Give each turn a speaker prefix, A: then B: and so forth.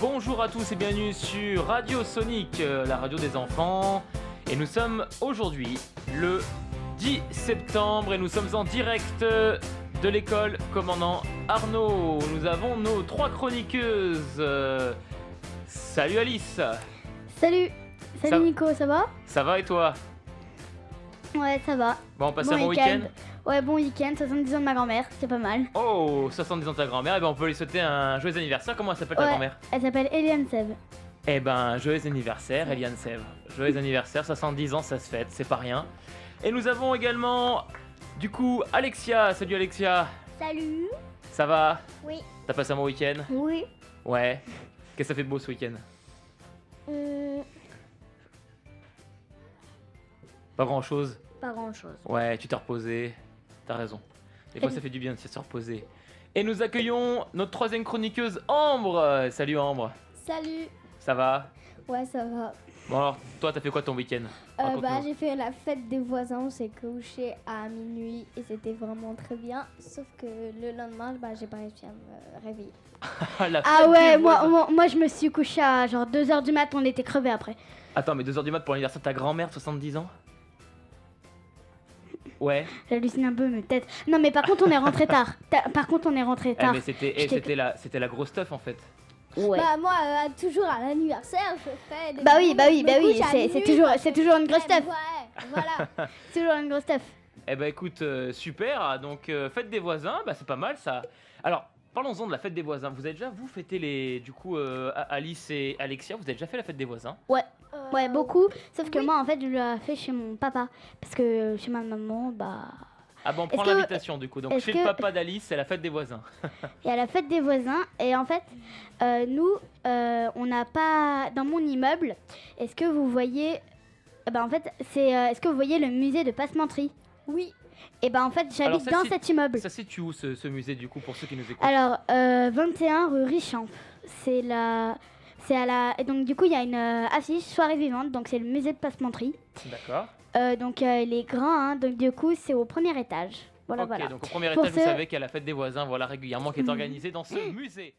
A: Bonjour à tous et bienvenue sur Radio Sonic, euh, la radio des enfants. Et nous sommes aujourd'hui le 10 septembre et nous sommes en direct euh, de l'école commandant Arnaud. Nous avons nos trois chroniqueuses. Euh, Salut Alice,
B: Salut Salut
A: Ça-
B: Nico, ça va
A: ça va et toi
B: Ouais, ça va.
A: Bon, on passe un
B: Bon
A: bon week-end.
B: Ouais, bon week-end, 70 ans de ma grand-mère, c'est pas mal.
A: Oh, 70 ans de ta grand-mère, et ben on peut lui souhaiter un joyeux anniversaire. Comment elle s'appelle ta
B: Ouais.
A: grand-mère
B: Elle s'appelle Eliane Seb.
A: Eh ben, joyeux anniversaire, Eliane Sèvres. Joyeux anniversaire, 70 ans, ça se fête, c'est pas rien. Et nous avons également, du coup, Alexia. Salut Alexia,
B: Salut
A: ça va
B: Oui.
A: T'as passé un bon week-end
B: Oui.
A: Ouais. Qu'est-ce que ça fait de beau ce week-end
C: mm,
A: Pas grand-chose
B: Pas grand-chose.
A: Ouais, tu t'es reposé, t'as raison. Des fois,
B: Salut.
A: ça fait du bien de se reposer. Et nous accueillons notre troisième chroniqueuse, Ambre. Salut Ambre,
B: Salut
A: ça va
B: Ouais, ça va. Euh,
A: Bon alors, toi, t'as fait quoi ton week-end Raconte-nous.
C: bah, j'ai fait la fête des voisins, on s'est couché à minuit et c'était vraiment très bien. Sauf que le lendemain, bah, j'ai pas réussi à me réveiller.
A: La
B: Ah
A: fête des
B: ouais, moi,
A: voisins.
B: moi, moi, je me suis couché à genre 2h du mat, on était crevés après.
A: Attends, mais 2h du mat pour l'anniversaire de ta grand-mère, 70 ans Ouais,
B: J'hallucine un peu, mais peut-être. Non, mais par contre, on est rentré tard. Ta- Par contre, on est rentré
A: Eh,
B: tard.
A: mais c'était eh,
B: Je t'ai-
A: c'était la, c'était la grosse stuff en fait.
B: Ouais.
C: Bah, moi, euh, toujours à l'anniversaire, je fais des
B: Bah oui,
C: demandes,
B: bah oui,
C: je me
B: bah oui,
C: couche à
B: c'est c'est
C: minuit,
B: toujours,
C: parce
B: c'est
C: que
B: toujours une
C: je
B: grosse
C: traîne.
B: teuf.
C: Ouais, voilà.
B: C'est toujours une grosse teuf.
A: Eh ben écoute, euh, super, ah, donc euh, fête des voisins, bah c'est pas mal ça. Alors, parlons-en de la fête des voisins. Vous avez déjà, vous, fêté les. Du coup, euh, A- Alice et Alexia, vous avez déjà fait la fête des voisins
C: Euh,
B: Ouais, beaucoup. Sauf que moi, en fait, je l'ai fait chez mon papa. Parce que chez ma maman, bah.
A: Ah ben on prend
B: Est-ce que-
A: l'invitation du coup. Donc
B: est-ce
A: chez
B: que-
A: le papa d'Alice, c'est la fête des voisins.
B: Et à la fête des voisins. Et en fait, euh, nous, euh, on n'a pas. Dans mon immeuble, est-ce que vous voyez. eh ben, en fait, c'est. euh, Est-ce que vous voyez le musée de Passementerie
C: Oui.
B: Et ben, en fait,
A: Alors,
B: j'habite
A: ça,
B: dans
A: c'est-
B: cet immeuble.
A: Ça, c'est tu où ce, ce musée du coup pour ceux qui nous écoutent
B: Alors, euh, 21 rue Richamp. C'est la. C'est à la. Et donc, du coup, il y a une euh, affiche soirée vivante. Donc, c'est le musée de Passementerie.
A: D'accord.
B: Euh, donc, euh, il est grand. hein, donc, du coup, c'est au premier étage. Voilà,
A: ok,
B: voilà.
A: donc au premier
B: Pour
A: étage, vous
B: ceux- Mhm.
A: savez qu'il y a la fête des voisins, voilà régulièrement qui est organisée dans ce musée.